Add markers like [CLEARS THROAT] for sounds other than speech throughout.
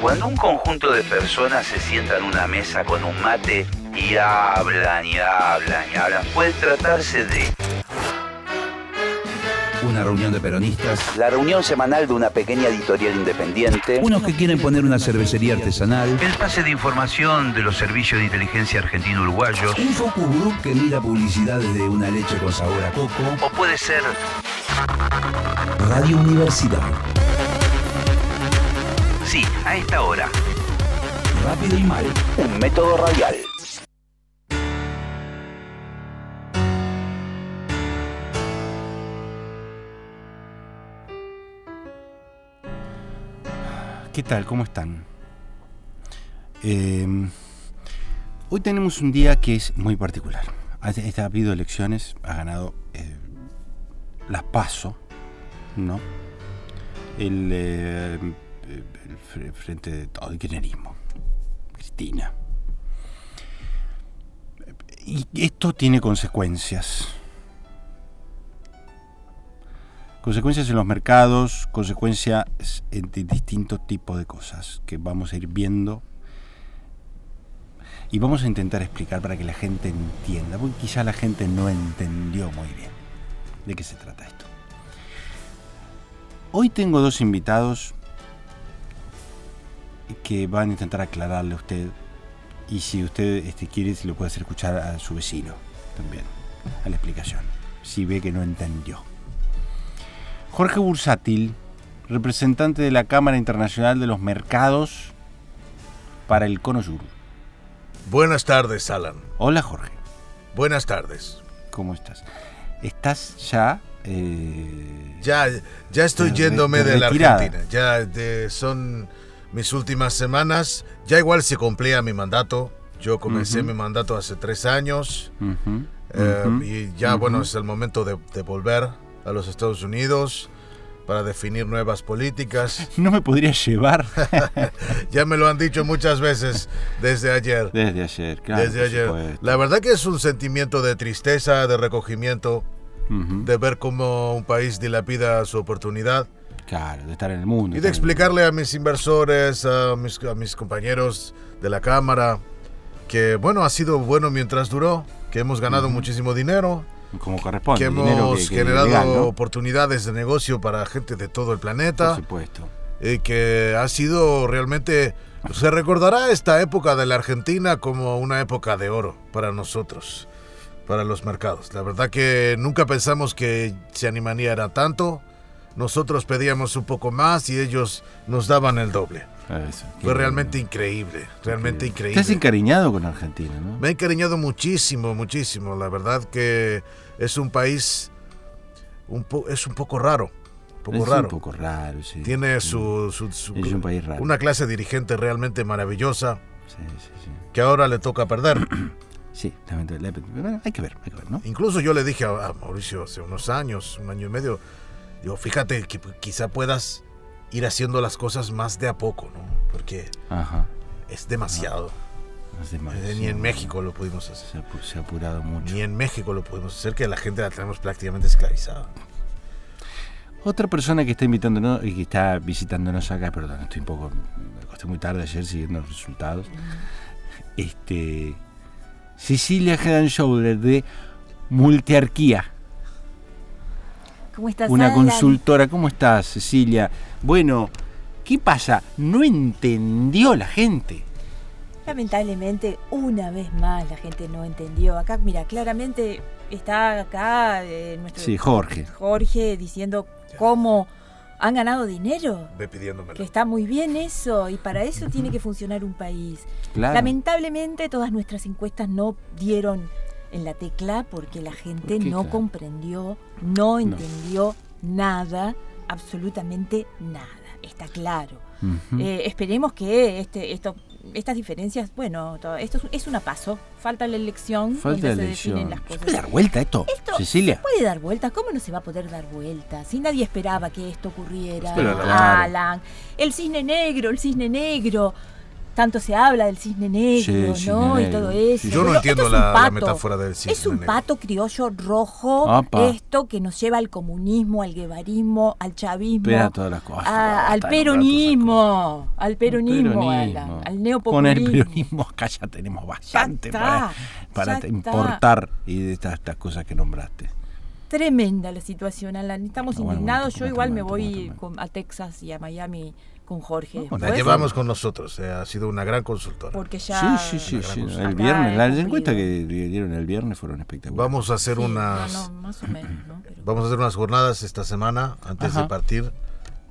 Cuando un conjunto de personas se sientan en una mesa con un mate y hablan y hablan y hablan, puede tratarse de Una reunión de peronistas. la reunión semanal de una pequeña editorial independiente, Unos que quieren poner una cervecería artesanal. el pase de información de los servicios de inteligencia argentino-uruguayos, Un focus group que mira publicidades de una leche con sabor a coco. o puede ser Radio Universidad. Sí, a esta hora. Rápido y mal. Un método radial. ¿Qué tal? ¿Cómo están? Eh, hoy tenemos un día que es muy particular. Ha, ha habido elecciones, ha ganado eh, las PASO, ¿no? El, eh, el fre- frente de todo, el kirchnerismo. Cristina. Y esto tiene consecuencias. Consecuencias en los mercados, consecuencias en di- distintos tipos de cosas que vamos a ir viendo y vamos a intentar explicar para que la gente entienda, porque quizá la gente no entendió muy bien de qué se trata esto. Hoy tengo dos invitados que van a intentar aclararle a usted y si usted este, quiere se lo puede hacer escuchar a su vecino también, a la explicación, si ve que no entendió. Jorge Bursátil, representante de la Cámara Internacional de los Mercados para el Cono Sur. Buenas tardes, Alan. Hola Jorge, Buenas tardes. ¿cómo estás? ¿Estás ya... eh, Ya, ya estoy Re- yéndome de la retirada. Argentina. Ya de- son mis últimas semanas. Ya igual se cumplía mi mandato. Yo comencé mi mandato hace tres años. ujú, eh, ujú. y ya, bueno, es el momento de, de volver a los Estados Unidos para definir nuevas políticas. [LAUGHS] No me podría llevar [LAUGHS] ya me lo han dicho muchas veces desde ayer. desde [LAUGHS] ayer, claro. Desde por ayer. supuesto. La verdad que es un sentimiento de tristeza, de recogimiento. Ujú, de ver cómo un país dilapida su oportunidad Claro, de estar en el mundo. y de estar en el- explicarle a mis inversores, a mis, a mis compañeros de la Cámara, que bueno, ha sido bueno mientras duró, que hemos ganado muchísimo dinero, Como corresponde. que dinero hemos que- que generado legal, ¿no? oportunidades de negocio para gente de todo el Por planeta supuesto. y eh, que ha sido realmente... Se recordará esta época de la Argentina como una época de oro para nosotros, para los mercados. La verdad que nunca pensamos que se animaría tanto. Nosotros pedíamos un poco más y ellos nos daban el doble. Eso, Fue qué- realmente increíble, realmente increíble. Te has encariñado con Argentina, ¿no? Me he encariñado muchísimo, muchísimo. La verdad que es un país, un po- es un poco raro. Un poco es raro. un poco raro, sí. Tiene Sí, su, su- su- Es un país raro. una clase dirigente realmente maravillosa Sí, sí, sí. que ahora le toca perder. [CLEARS THROAT] Sí, lamentablemente. Bueno, hay que ver, hay que ver, ¿no? Incluso yo le dije a, a Mauricio hace unos años, un año y medio, digo, fíjate que p- quizá puedas ir haciendo las cosas más de a poco, ¿no? Porque Ajá. es demasiado. Ah, Los demás, Eh, sí, Ni en no, México lo pudimos hacer. Se ha, apu- se ha apurado mucho. Ni en México lo pudimos hacer, que la gente la tenemos prácticamente esclavizada. Otra persona que está invitándonos y que está visitándonos acá, perdón, estoy un poco. Me acosté muy tarde ayer siguiendo los resultados. Este. Cecilia Head and Shoulder de Multiarquía. ¿Cómo estás, Una Alan? consultora. ¿Cómo estás, Cecilia? Bueno, ¿qué pasa? No entendió la gente. Lamentablemente, una vez más la gente no entendió. Acá, mira, claramente está acá eh, nuestro Sí, Jorge. Jorge diciendo cómo han ganado dinero. Ve pidiéndome. Que está muy bien eso, y para eso tiene que funcionar un país. Claro. Lamentablemente, todas nuestras encuestas no dieron en la tecla porque la gente ¿Por qué, no claro? comprendió, no entendió nada, absolutamente nada. Está claro. Ujú. Eh, esperemos que este, esto, estas diferencias, bueno, todo- esto es, es una paso. Falta la elección. Falta donde de se definen elección. las ¿Se cosas. puede dar vuelta esto, Esto- Cecilia? Puede dar vuelta, ¿cómo no se va a poder dar vuelta? Si nadie esperaba que esto ocurriera, Pero claro. Alan, el cisne negro, el cisne negro. tanto se habla del cisne negro, Sí, ¿no? cisne y todo negro. eso. Sí. Yo no Pero entiendo esto es un la- la pato. metáfora del cisne Es un negro. pato criollo rojo, Apa. esto que nos lleva al comunismo, al guevarismo, al chavismo, Espera todas las cosas. a- basta de al nombrar todas esas cosas. peronismo, al peronismo, al, Peronismo. al Con el neopopulismo. peronismo acá ya tenemos bastante está, para, ya para está. importar y de estas, estas cosas que nombraste. Tremenda la situación, Alan. Estamos Ah, bueno, bueno, indignados. Yo toma, igual me toma, voy toma. con- a Texas y a Miami con Jorge. Bueno, pues, La después, llevamos con nosotros, eh, ha sido una gran consultora. Porque ya. sí, sí, sí, sí. Acá El viernes, hemos la cumplido. encuesta que dieron el viernes fueron espectaculares. Vamos a hacer Sí, unas no, no, más o menos, ¿no? Pero- vamos a hacer unas jornadas esta semana antes Ajá. de partir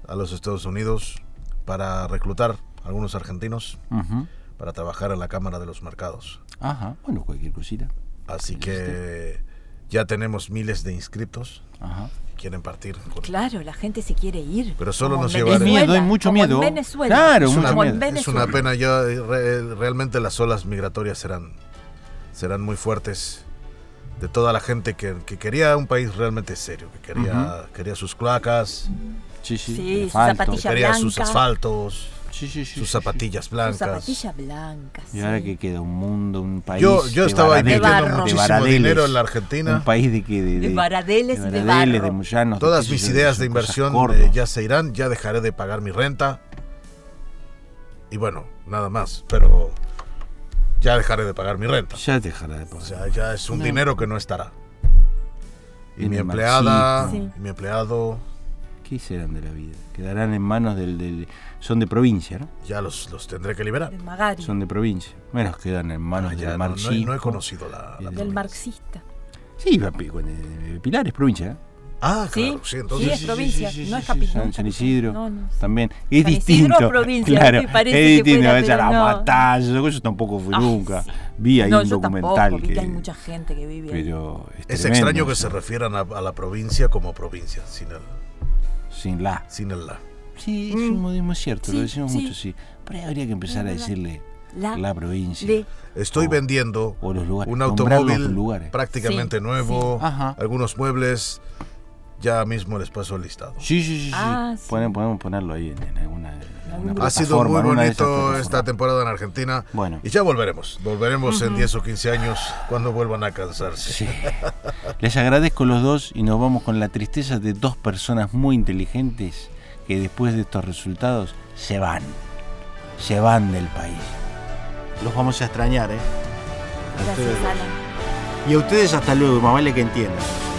a los Estados Unidos para reclutar a algunos argentinos Ujú. para trabajar en la Cámara de los Mercados. Ajá, bueno, cualquier cosita. Así que ya tenemos miles de inscriptos Ajá. que quieren partir. con- Claro, la gente se quiere ir. Pero solo Como nos en llevará- Es Venezuela, miedo, hay mucho como en miedo. Venezuela. Claro, Es una, Como en miedo. pena, es Venezuela. una pena, ya eh, re- realmente las olas migratorias serán, serán muy fuertes de toda la gente que, que quería un país realmente serio, que quería, quería sus cloacas, Sí, sí. Sí, el sus asfalto. zapatillas. quería sus blanca. asfaltos, Sí, sí, sí, sí, sus sí. zapatillas Con blancas. zapatilla blanca. Y sí. ahora que queda un mundo, un país. Yo, yo de estaba varadeles, invirtiendo barro. de muchísimo varadeles. dinero en la Argentina. Un país de que. De, De varadeles y de varadeles, barro. mullanos, de Todas qué sé mis yo, ideas son cosas de inversión gordas. eh, ya se irán, ya dejaré de pagar mi renta. Y bueno, nada más, pero ya dejaré de pagar mi renta. Ya dejará de pasar. O sea, ya es un No. dinero que no estará. Y En mi el empleada, marxismo. y mi empleado, ¿Qué serán de la vida? Quedarán en manos del. del- son de provincia, ¿no? ya los, los tendré que liberar. De Magari, Son de provincia. Bueno, quedan en manos Ah, Ya del no, no he- marxismo. no he conocido la... la- del marxista. Sí, papi, con, eh, Pilar es provincia. ¿eh? Ah, Sí, claro, sí, sí, entonces... es provincia, sí, sí, no es sí, capital. San, no es San capital. Isidro No, no. también. Es San Isidro, distinto. [LAUGHS] provincia, claro, que parece es que distinto. fuera, es a la pero no. batalla. Yo eso tampoco fui Ay, nunca. sí. Vi ahí No, un yo documental. tampoco, vi que, que hay mucha gente que vive ahí. Pero es, Es tremendo, extraño que o se sea, refieran a, a la provincia como provincia, sin el, Sin la. sin el la. Sí, es un modismo cierto, Mm. Sí, lo decimos sí. mucho, sí. Pero ahí habría que empezar a decirle La- la, provincia. le- Estoy O- vendiendo o los lugares, un nombrar los automóvil lugares. prácticamente Sí, nuevo, sí. Ajá. algunos muebles. Ya mismo les paso el listado. Sí, sí, sí. sí. Ah, sí. Pone- podemos ponerlo ahí en, en alguna, en alguna Ha sido plataforma, muy en una de esas bonito plataformas. esta temporada en Argentina. Bueno. Y ya volveremos. Volveremos en 10 o 15 años cuando vuelvan a cansarse. Sí. Les agradezco los dos y nos vamos con la tristeza de dos personas muy inteligentes que después de estos resultados se van. Se van del país. Los vamos a extrañar, ¿eh? Gracias, Alan. Y a ustedes hasta luego, más vale que entiendan.